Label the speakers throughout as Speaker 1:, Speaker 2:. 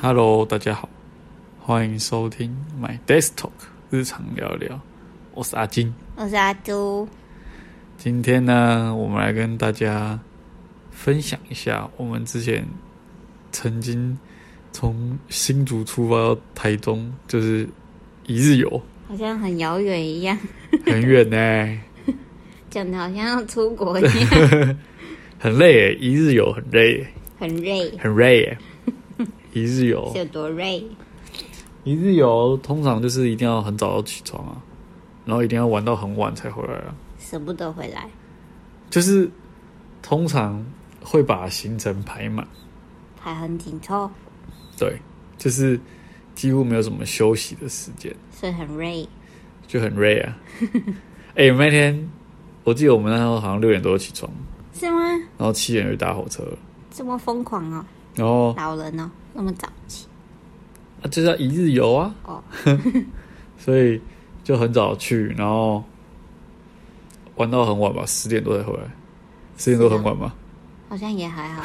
Speaker 1: Hello，大家好，欢迎收听 My Desk Talk 日常聊聊，我是阿金。
Speaker 2: 我是阿朱，
Speaker 1: 今天呢，我们来跟大家分享一下我们之前曾经从新竹出发到台中，就是一日游，
Speaker 2: 好像很遥远一样，
Speaker 1: 很远呢、
Speaker 2: 讲的好像要出国一样，
Speaker 1: 很累耶、一日游很累耶、
Speaker 2: 很累，
Speaker 1: 很累耶、一日游
Speaker 2: 是有多累？
Speaker 1: 一日游通常就是一定要很早起床啊，然后一定要玩到很晚才回来啊。
Speaker 2: 舍不得回来，
Speaker 1: 就是通常会把行程排满，
Speaker 2: 还很紧凑，
Speaker 1: 对，就是几乎没有什么休息的时间，
Speaker 2: 所以很累。
Speaker 1: 就很 rare 啊。哎、我们那天我记得我们那时候好像六点多起床，
Speaker 2: 是吗？
Speaker 1: 然后七点就搭火车了，
Speaker 2: 这么疯狂哦，
Speaker 1: 然后
Speaker 2: 老人哦，那么早起
Speaker 1: 啊就是要一日游啊，
Speaker 2: 哦，
Speaker 1: 所以就很早去，然后玩到很晚吧，十点多才回来，十点多很晚吗？
Speaker 2: 好像 也还好。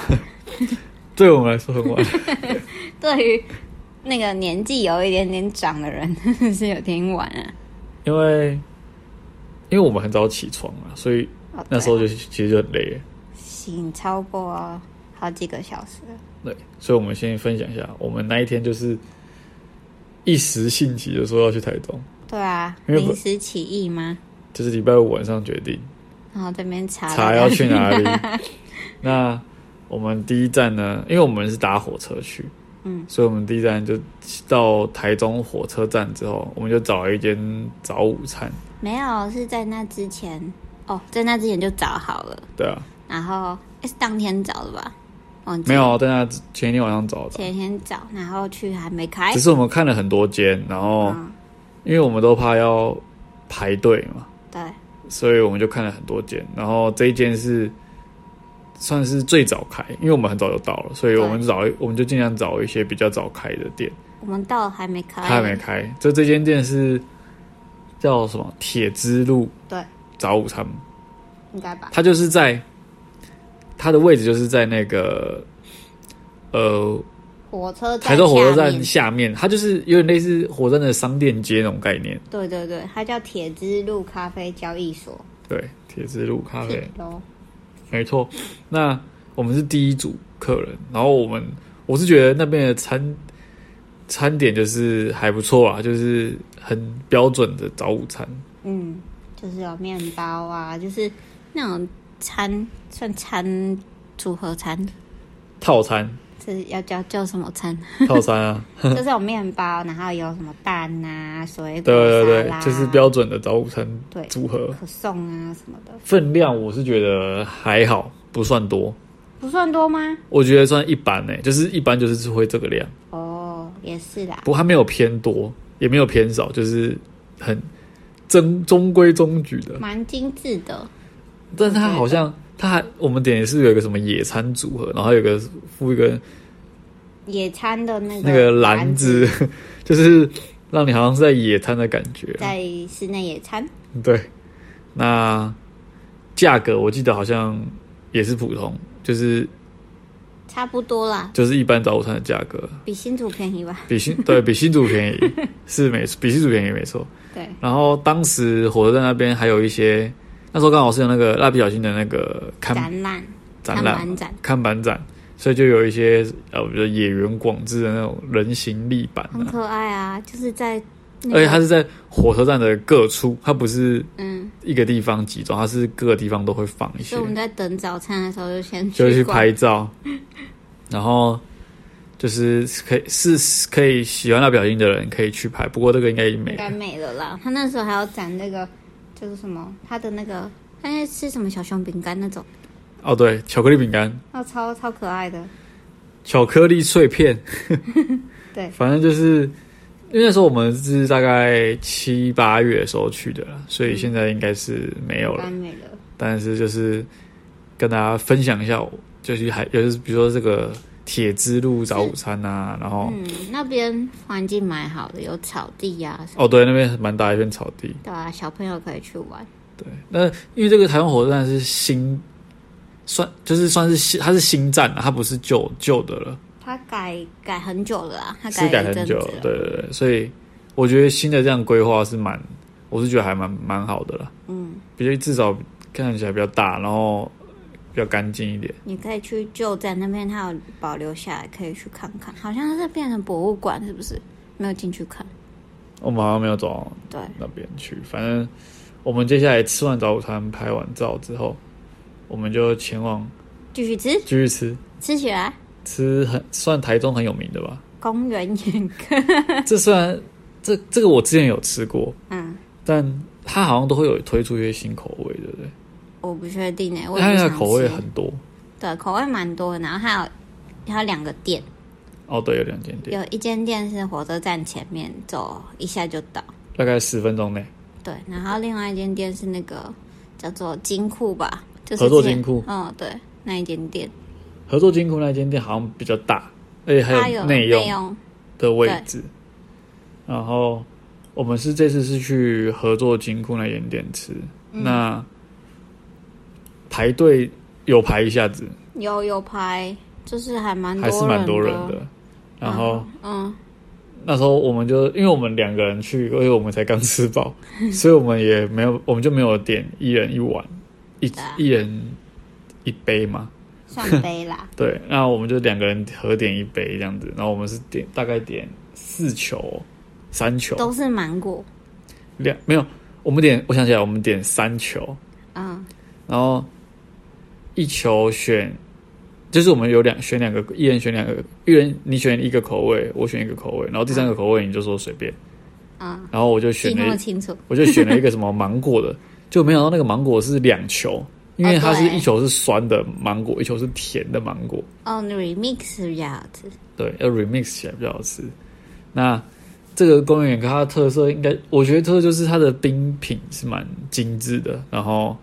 Speaker 1: 对我们来说很晚，
Speaker 2: 对于那个年纪有一点点长的人， 是有点晚啊。
Speaker 1: 因为因为我们很早起床啊，所以
Speaker 2: 哦
Speaker 1: 那时候
Speaker 2: 对
Speaker 1: 就其实就很累了。
Speaker 2: 醒超过哦好几个小时了，
Speaker 1: 对，所以我们先分享一下，我们那一天就是一时兴起的说要去台东，
Speaker 2: 对啊，
Speaker 1: 因为不
Speaker 2: 临时起意吗？
Speaker 1: 就是礼拜五晚上决定
Speaker 2: 然后这边查
Speaker 1: 查要去哪 里。那我们第一站呢，因为我们是搭火车去，
Speaker 2: 嗯，
Speaker 1: 所以我们第一站就到台中火车站之后，我们就找了一间早午餐，
Speaker 2: 没有，是在那之前哦，在那之前就找好了，
Speaker 1: 对啊，
Speaker 2: 然后诶是当天找的吧？哦，
Speaker 1: 没有，啊但那前一天晚上找的，
Speaker 2: 前一天找，然后去还没开
Speaker 1: 只，是我们看了很多间，然后
Speaker 2: 嗯，
Speaker 1: 因为我们都怕要排队嘛，
Speaker 2: 对，
Speaker 1: 所以我们就看了很多间，然后这一间是算是最早开，因为我们很早就到了，所以我们找我们就尽量找一些比较早开的店，
Speaker 2: 我们到了还没开，
Speaker 1: 它还没开。就这间店是叫什么铁之路
Speaker 2: 对，
Speaker 1: 早午餐，
Speaker 2: 应该吧？
Speaker 1: 它就是在它的位置就是在那个呃
Speaker 2: 火车站
Speaker 1: 台中火车
Speaker 2: 下
Speaker 1: 站
Speaker 2: 面
Speaker 1: 下面，它就是有点类似火车站的商店街那种概念。
Speaker 2: 对对对，它叫铁之路咖啡交易所，
Speaker 1: 对，铁之路咖啡。
Speaker 2: 喽，
Speaker 1: 没错，那我们是第一组客人，然后我们我是觉得那边的餐餐点就是还不错啊，就是很标准的早午餐，
Speaker 2: 嗯，就是有面包啊，就是那种餐算餐组合餐，
Speaker 1: 套 餐
Speaker 2: 这是要叫叫什么餐？
Speaker 1: 套餐啊，
Speaker 2: 就是有面包，然后有什么蛋啊、水
Speaker 1: 对
Speaker 2: 果
Speaker 1: 对对
Speaker 2: 沙拉，
Speaker 1: 就是标准的早午餐
Speaker 2: 对
Speaker 1: 组合，
Speaker 2: 可颂啊什么的，
Speaker 1: 分量我是觉得还好，不算多，
Speaker 2: 不算多吗？
Speaker 1: 我觉得算一般呢、就是一般就是会这个量，
Speaker 2: 哦，也是啦，
Speaker 1: 不过它没有偏多，也没有偏少，就是很中中规中矩的。
Speaker 2: 蛮精致的，
Speaker 1: 但是它好像它还我们点的是有一个什么野餐组合，然后有个附一个
Speaker 2: 野餐的那个
Speaker 1: 那个篮子， 就是让你好像是在野餐的感觉。
Speaker 2: 在室内野餐，
Speaker 1: 对，那价格我记得好像也是普通，就是
Speaker 2: 差不多啦，
Speaker 1: 就是一般早午餐的价格，
Speaker 2: 比新竹便宜吧？
Speaker 1: 比新对比新竹便宜是没比新竹便宜没错。
Speaker 2: 对，
Speaker 1: 然后当时火车站那边还有一些，那时候刚好是有那个蜡笔小新的那个看
Speaker 2: 展览
Speaker 1: 展览
Speaker 2: 看板展
Speaker 1: 看板展，所以就有一些呃，比如说野原广志的那种人形立板
Speaker 2: 很
Speaker 1: 啊，
Speaker 2: 可爱啊，就是在那
Speaker 1: 而且它
Speaker 2: 个
Speaker 1: 是在火车站的各处，它不是
Speaker 2: 嗯，
Speaker 1: 一个地方集中，它是各个地方都会放一些
Speaker 2: 所以我，们在等早餐的时候就先
Speaker 1: 就会去
Speaker 2: 逛
Speaker 1: 拍照，然后就是可以是可以喜欢那表情的人可以去拍，不过这个应该已经没
Speaker 2: 应该
Speaker 1: 了，
Speaker 2: 没了啦。他那时候还要展那个，就是什么，他的那个，他在吃什么小熊饼干那种，
Speaker 1: 哦，对，巧克力饼干。
Speaker 2: 那哦超超可爱的。
Speaker 1: 巧克力碎片，
Speaker 2: 对
Speaker 1: 反正就是因为那时候我们是大概七八月的时候去的啦，所以现在应该是没有
Speaker 2: 应
Speaker 1: 了。哦
Speaker 2: 该没了，
Speaker 1: 但是就是跟大家分享一下，就是还就是比如说这个铁之路早午餐啊，然后、
Speaker 2: 嗯，那边环境蛮好的，有草地呀、啊什么
Speaker 1: 哦对，那边蛮大一片草地。
Speaker 2: 的啊，小朋友可以去玩。
Speaker 1: 对，那因为这个台湾火车站是新，算就是算是新，它是新站啊，它不是旧旧的了。
Speaker 2: 它它改改很久了啊啦，它
Speaker 1: 是
Speaker 2: 改
Speaker 1: 改
Speaker 2: 了一
Speaker 1: 很
Speaker 2: 阵子
Speaker 1: 久
Speaker 2: 了
Speaker 1: 了，对对对，所以我觉得新的这样规划是蛮，我是觉得还蛮蛮好的啦，
Speaker 2: 嗯，
Speaker 1: 比较至少看起来比较大，然后比较干净一点。
Speaker 2: 你可以去旧站那边，它有保留下来，可以去看看。好像是变成博物馆，是不是？没有进去看。
Speaker 1: 我们好像没有走到
Speaker 2: 对，
Speaker 1: 那边去，反正我们接下来吃完早餐、拍完照之后，我们就前往
Speaker 2: 继续吃
Speaker 1: 继续吃，
Speaker 2: 吃起来。
Speaker 1: 吃很算台中很有名的 吧？
Speaker 2: 公园眼科，
Speaker 1: 这虽然这这个我之前有吃过，
Speaker 2: 嗯，
Speaker 1: 但它好像都会有推出一些新口味，对不对？
Speaker 2: 我不确定欸诶、我也
Speaker 1: 它
Speaker 2: 不
Speaker 1: 的
Speaker 2: 想吃
Speaker 1: 口味很多
Speaker 2: 对，口味蛮多的。然后还有还有两个店，
Speaker 1: 哦，对，有两间店，
Speaker 2: 有一间店是火车站前面，走一下就到。
Speaker 1: 大概十分钟内。
Speaker 2: 对，然后另外一间店是那个叫做金库吧，就是
Speaker 1: 合作
Speaker 2: 之前
Speaker 1: 金库
Speaker 2: 嗯，对，那一间店，
Speaker 1: 合作金库那间店好像比较大，而且
Speaker 2: 它
Speaker 1: 还
Speaker 2: 有
Speaker 1: 内
Speaker 2: 用
Speaker 1: 用的位置。然后我们是这次是去合作金库那间店吃，
Speaker 2: 嗯
Speaker 1: 那排队有排一下子，
Speaker 2: 有有拍，就是还蛮
Speaker 1: 还是蛮多人
Speaker 2: 的。
Speaker 1: 的。然后、
Speaker 2: 嗯，
Speaker 1: 那时候我们就因为我们两个人去，因为我们才刚吃 饱，所以我们也没有，我们就没有点一人一碗，一
Speaker 2: 对啊
Speaker 1: 一人一杯嘛。
Speaker 2: 算 杯啦，
Speaker 1: 对，那我们就两个人合点一杯这样子，然后我们是点大概点四球、三球，
Speaker 2: 都是芒果。
Speaker 1: 两没有，我们点我想起来，我们点三球，
Speaker 2: 嗯，
Speaker 1: 然后一球选，就是我们有两选两个，一人选两个，一人你选一个口味，我选一个口味，然后第三个口味你就说随便，
Speaker 2: 嗯，
Speaker 1: 然后我就选
Speaker 2: 记那
Speaker 1: 了
Speaker 2: 么
Speaker 1: 一，
Speaker 2: 清楚，
Speaker 1: 我就选了一个什么芒果的，就没想到那个芒果是两球，因为
Speaker 2: 哦
Speaker 1: 它是
Speaker 2: 对
Speaker 1: 一球是酸的芒果，一球是甜的芒果。
Speaker 2: 哦你，remix 比较好吃。
Speaker 1: 对，要 remix 起来比较好吃。那这个公园眼科它的特色，应该我觉得特色就是它的冰品是蛮精致的，然后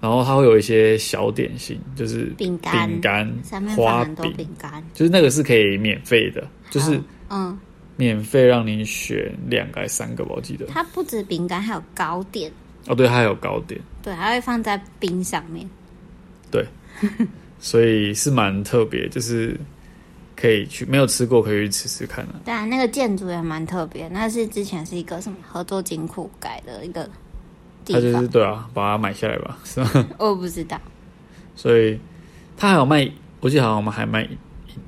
Speaker 1: 然后它会有一些小点心，就是
Speaker 2: 饼干
Speaker 1: 饼干
Speaker 2: 上面、放
Speaker 1: 花
Speaker 2: 很多
Speaker 1: 饼，
Speaker 2: 饼干，
Speaker 1: 就是那个是可以免费的，就是
Speaker 2: 嗯，
Speaker 1: 免费让你选两个还是三个吧，我记得。
Speaker 2: 它不止饼干，还有糕点，
Speaker 1: 哦，对，它还有糕点，
Speaker 2: 对，还会放在冰上面。
Speaker 1: 所以是蛮特别，就是可以去没有吃过可以去吃吃看啊。
Speaker 2: 对啊，那个建筑也蛮特别，那是之前是一个什么合作金库改的一个地
Speaker 1: 它就
Speaker 2: 方，
Speaker 1: 是对啊，把它买下来吧，是吗？
Speaker 2: 我不知道，
Speaker 1: 所以他还有卖，我记得好像我们还卖饮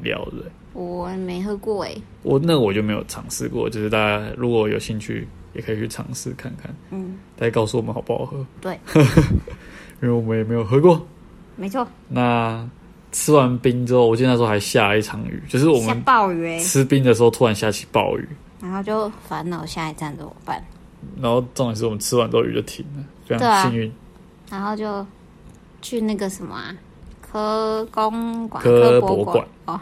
Speaker 1: 料的。
Speaker 2: 我没喝过欸诶。
Speaker 1: 我那个我就没有尝试过，就是大家如果有兴趣，也可以去尝试看看，
Speaker 2: 嗯，
Speaker 1: 再告诉我们好不好喝。
Speaker 2: 对，
Speaker 1: 因为我们也没有喝过。
Speaker 2: 没错，
Speaker 1: 那吃完冰之后，我记得那时候还下了一场雨，就是我
Speaker 2: 下
Speaker 1: 们
Speaker 2: 暴雨诶，
Speaker 1: 吃冰的时候突然下起暴雨，
Speaker 2: 然后就烦恼下一站怎么办，
Speaker 1: 然后重点是我们吃完之后雨就停了，非
Speaker 2: 对啊
Speaker 1: 常幸运。
Speaker 2: 然后就去那个什么啊，科公馆、
Speaker 1: 科
Speaker 2: 博
Speaker 1: 博馆
Speaker 2: 哦，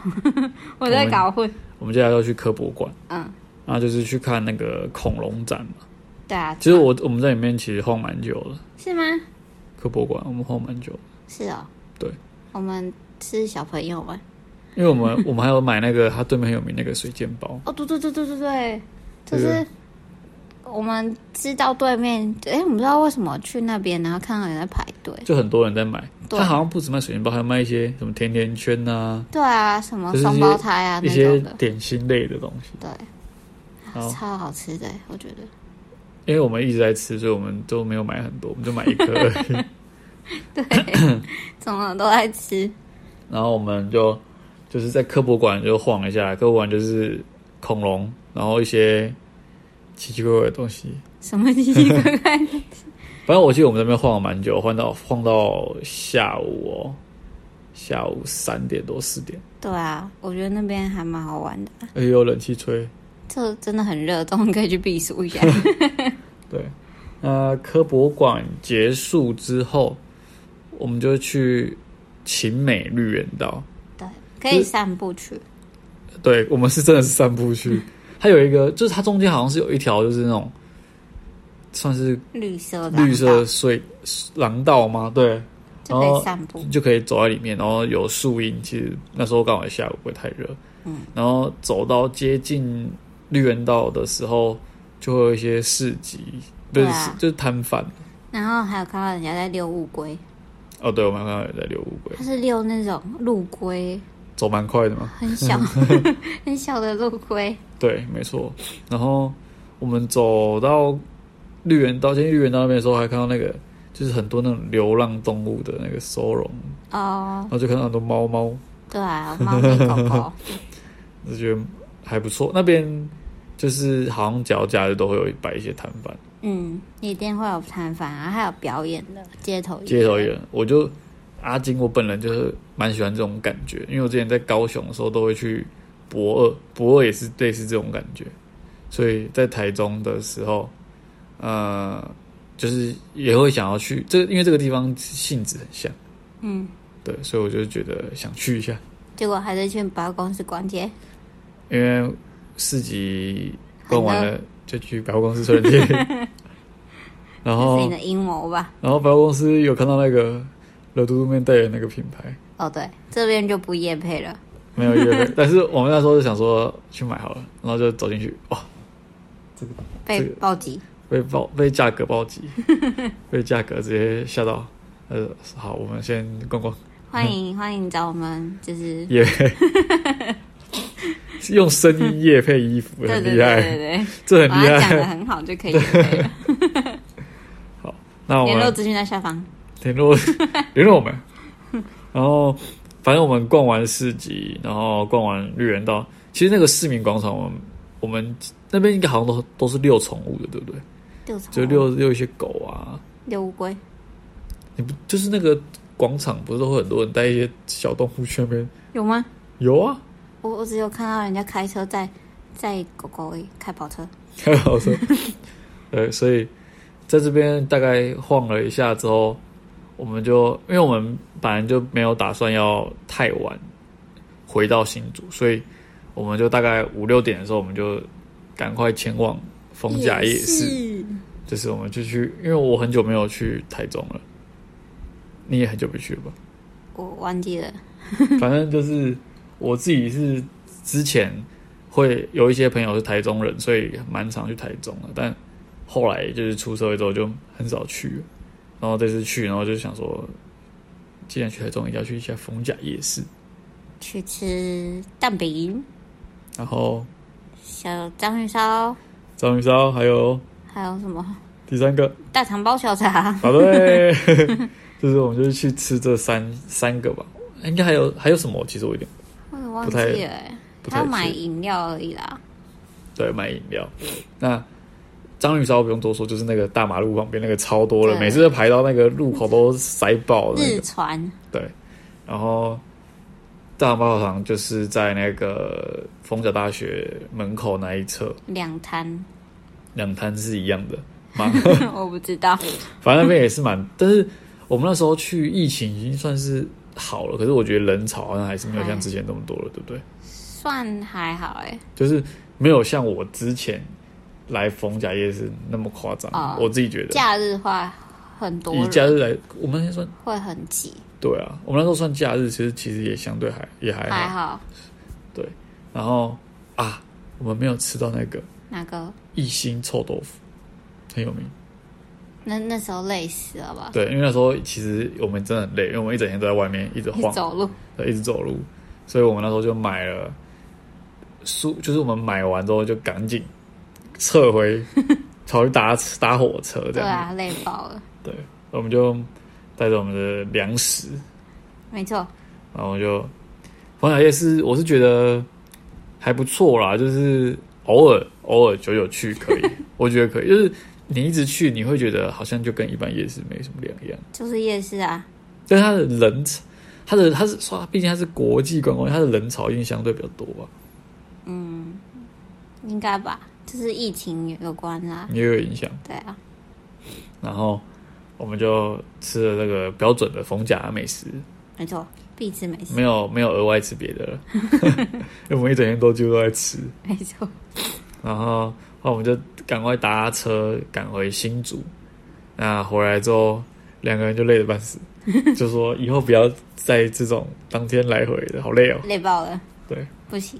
Speaker 2: 我在搞混，
Speaker 1: 我们接下来要去科博馆，
Speaker 2: 嗯，
Speaker 1: 然后就是去看那个恐龙展嘛。
Speaker 2: 对啊，
Speaker 1: 其实我我们在里面其实晃蛮久了，
Speaker 2: 是吗？
Speaker 1: 科博馆我们晃蛮久了。
Speaker 2: 是哦，
Speaker 1: 对，
Speaker 2: 我们是小朋友吗？
Speaker 1: 因为我们我们还有买那个它对面很有名那个水煎包，
Speaker 2: 哦，对对对对对对，就
Speaker 1: 这
Speaker 2: 是
Speaker 1: 个
Speaker 2: 我们知道对面，哎，我们不知道为什么去那边，然后看到有人在排队。
Speaker 1: 就很多人在买。
Speaker 2: 对
Speaker 1: 它好像不止卖水煎包，还有卖一些什么甜甜圈啊，
Speaker 2: 对啊，什么
Speaker 1: 就是一些
Speaker 2: 双胞胎啊
Speaker 1: 一
Speaker 2: 那
Speaker 1: 些
Speaker 2: 种的，
Speaker 1: 点心类的东西。
Speaker 2: 对，
Speaker 1: 好
Speaker 2: 超好吃的，我觉得。
Speaker 1: 因为我们一直在吃，所以我们都没有买很多，我们就买一颗而已。
Speaker 2: 对，怎么都在吃，
Speaker 1: 然后我们就就是在科博馆就晃了一下，科博馆就是恐龙，然后一些奇奇怪怪的东西。
Speaker 2: 什么奇奇怪怪的。
Speaker 1: 反正我记得我们在那边晃了蛮久，晃到晃到下午哦，下午三点多四点，
Speaker 2: 对啊，我觉得那边还蛮好玩的，
Speaker 1: 而且有冷气吹。
Speaker 2: 这真的很热，中午可以去避暑 一下。
Speaker 1: 对，那科博馆结束之后，我们就去秦美绿园道。
Speaker 2: 对，可以散步去。
Speaker 1: 对，我们是真的是散步
Speaker 2: 嗯
Speaker 1: 去。 它有一个，就是它中间好像是有一条，就是那种算是
Speaker 2: 绿色的，啊
Speaker 1: 绿色哦隧廊道吗？对，
Speaker 2: 嗯就可以散步。
Speaker 1: 就可以走在里面，然后有树荫。其实那时候刚好下午不会太热，
Speaker 2: 嗯，
Speaker 1: 然后走到接近绿园道的时候，就会有一些市集，不是、
Speaker 2: 对啊
Speaker 1: 就是摊贩。
Speaker 2: 然后还有看到人家在遛乌龟，
Speaker 1: 哦，对，我们刚刚有在遛乌龟。
Speaker 2: 它是遛那种陆龟，
Speaker 1: 走蛮快的嘛。
Speaker 2: 很 小很小的路龟，
Speaker 1: 对，没错。然后我们走到绿园道，进绿园道那边的时候，还看到那个就是很多那种流浪动物的那个收容，
Speaker 2: 哦
Speaker 1: 然，后就看到很多猫猫，
Speaker 2: 对 啊，猫咪狗狗，
Speaker 1: 就觉得还不错。那边就是好像脚假日都会有摆一些摊贩，
Speaker 2: 嗯，一定会有摊贩啊，还有表演的街头艺
Speaker 1: 街头艺人，我就阿金，我本人就是蛮喜欢这种感觉，因为我之前在高雄的时候都会去博二，博二也是类似这种感觉，所以在台中的时候，呃，就是也会想要去这，因为这个地方性质很像，
Speaker 2: 嗯，
Speaker 1: 对，所以我就觉得想去一下，
Speaker 2: 结果还是去百货公司逛街，
Speaker 1: 因为市集逛完了就去百货公司吹冷气，然
Speaker 2: 这是
Speaker 1: 后
Speaker 2: 你的阴谋吧？
Speaker 1: 然后百货公司有看到那个热嘟嘟面代言那个品牌。
Speaker 2: 哦，对，这边就不夜配了，
Speaker 1: 没有约会，但 是我们那时候就想说去买好了，然后就走进去，哇，
Speaker 2: 被
Speaker 1: 这个嗯
Speaker 2: 暴击，
Speaker 1: 被暴被价格暴 击，被价格直接吓到。呃，好，我们先逛逛，
Speaker 2: 欢迎欢迎找我们，就是
Speaker 1: 也 是用声音夜配衣服，
Speaker 2: 对
Speaker 1: 很
Speaker 2: 对
Speaker 1: 厉
Speaker 2: 对
Speaker 1: 害，
Speaker 2: 对
Speaker 1: 这
Speaker 2: 对，
Speaker 1: 很厉
Speaker 2: 把它讲的
Speaker 1: 害。
Speaker 2: 很好就可以夜配了。
Speaker 1: 那我
Speaker 2: 联络
Speaker 1: 们
Speaker 2: 资讯在下方，
Speaker 1: 联络 联络我们，然后反正我们逛完市集，然后逛完绿园道，其实那个市民广场，我们我们那边应该好像都都是遛宠物的，对不对？
Speaker 2: 遛
Speaker 1: 就
Speaker 2: 遛
Speaker 1: 遛遛一些狗啊，
Speaker 2: 遛乌龟，
Speaker 1: 你不就是那个广场，不是都会很多人带一些小动物去那边？
Speaker 2: 有吗？
Speaker 1: 有啊，
Speaker 2: 我我只有看到人家开车在在狗狗而已开跑车，
Speaker 1: 开好车。对，所以在这边大概晃了一下之后，我们就因为我们本来就没有打算要太晚回到新竹，所以我们就大概五六点的时候，我们就赶快前往逢甲夜市。
Speaker 2: 是
Speaker 1: 就是我们就去，因为我很久没有去台中了，你也很久没去了吧？
Speaker 2: 我忘记了，
Speaker 1: 反正就是我自己是之前会有一些朋友是台中人，所以蛮常去台中的，但后来就是出社会之后就很少去了。然后这次去，然后就想说，既然去台中，一定要去一下逢甲夜市。
Speaker 2: 去吃蛋饼、
Speaker 1: 然后
Speaker 2: 小章鱼烧，
Speaker 1: 章鱼烧，还有
Speaker 2: 还有什么
Speaker 1: 第三个，
Speaker 2: 大肠包小肠，
Speaker 1: 好对， 就是我们就是去吃这三三个吧，应该还有还有什么？其实我有点
Speaker 2: 我也忘
Speaker 1: 不
Speaker 2: 记
Speaker 1: 太
Speaker 2: 了、欸，
Speaker 1: 不太
Speaker 2: 他买
Speaker 1: 记得
Speaker 2: 饮料而已啦。
Speaker 1: 对，买饮料。那章鱼烧不用多说，就是那个大马路旁边那个超多了，
Speaker 2: 对嗯
Speaker 1: 每次都排到那个路口都塞爆的那
Speaker 2: 日
Speaker 1: 个。
Speaker 2: 船
Speaker 1: 对，然后大马路堂就是在那个逢甲大学门口那一侧，
Speaker 2: 两摊，
Speaker 1: 两摊是一样的。 嘛，
Speaker 2: 我不知道，
Speaker 1: 反正那边也是蛮，但是我们那时候去疫情已经算是好了，可是我觉得人潮好像还是没有
Speaker 2: 嗯
Speaker 1: 像之前那么多了，对不对？
Speaker 2: 算还好哎、
Speaker 1: 就是没有像我之前来逢甲夜市那么夸张，
Speaker 2: 哦
Speaker 1: 我自己觉得。
Speaker 2: 假日话很多
Speaker 1: 以假
Speaker 2: 人
Speaker 1: 日来，我们那天算
Speaker 2: 会很挤，
Speaker 1: 对啊，我们那时候算假日，其实其实也相对还也还好。
Speaker 2: 还好
Speaker 1: 然后啊，我们没有吃到那个
Speaker 2: 那个
Speaker 1: 一心臭豆腐，很有名。
Speaker 2: 那那时候累死了吧？
Speaker 1: 对，因为那时候其实我们真的很累，因为我们一整天都在外面一直
Speaker 2: 一
Speaker 1: 晃，
Speaker 2: 走路
Speaker 1: 对一直走路，所以我们那时候就买了蔬，就是我们买完之后就赶紧撤 回，跑去搭搭火车这
Speaker 2: 对
Speaker 1: 样。
Speaker 2: 啊，累爆了，
Speaker 1: 对，我们就带着我们的粮食，
Speaker 2: 没错。
Speaker 1: 然后我就逢甲夜市，我是觉得还不错啦，就是偶尔偶尔久久去可以，我觉得可以。就是你一直去，你会觉得好像就跟一般夜市没什么两样，
Speaker 2: 就是夜市啊，
Speaker 1: 但是它的人，它的它是说它，毕竟它是国际观光，它的人潮一定相对比较多啊吧，
Speaker 2: 嗯，应该吧，就是疫情有关啦，
Speaker 1: 也有影响。
Speaker 2: 对啊，
Speaker 1: 然后我们就吃了那个标准的逢甲美食，
Speaker 2: 没错，必吃美食，
Speaker 1: 没有没有额外吃别的了，因为我们一整天都几乎都在吃。
Speaker 2: 没错，
Speaker 1: 然后后来我们就赶快搭车赶回新竹。那回来之后，两个人就累得半死， 就说以后不要在这种当天来回的，好累哦。
Speaker 2: 累爆了，
Speaker 1: 对，
Speaker 2: 不行。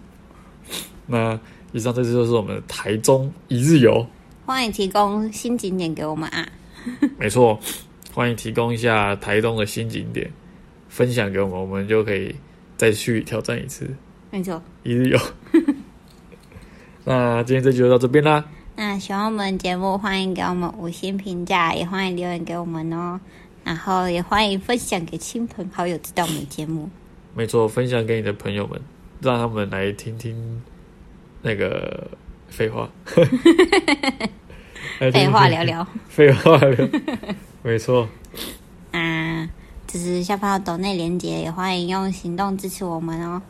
Speaker 1: 那以上这次就是我们的台中一日游，
Speaker 2: 欢迎提供新景点给我们啊，
Speaker 1: 没错，欢迎提供一下台东的新景点，分享给我们，我们就可以再去挑战一次，
Speaker 2: 没错。
Speaker 1: 一日游。 那今天这集就到这边啦，
Speaker 2: 那喜欢我们节目，欢迎给我们五星评价，也欢迎留言给我们哦。然后也欢迎分享给亲朋好友知道我们的节目。
Speaker 1: 没错，分享给你的朋友们，让他们来听听那个 废话，来听
Speaker 2: 废
Speaker 1: 听
Speaker 2: 话聊聊，
Speaker 1: 废话聊，没错，
Speaker 2: 那啊就是下方有抖内连接，也欢迎用行动支持我们哦。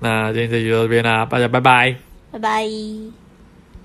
Speaker 1: 那今天这集就到这边啦，大家拜拜。
Speaker 2: 拜拜。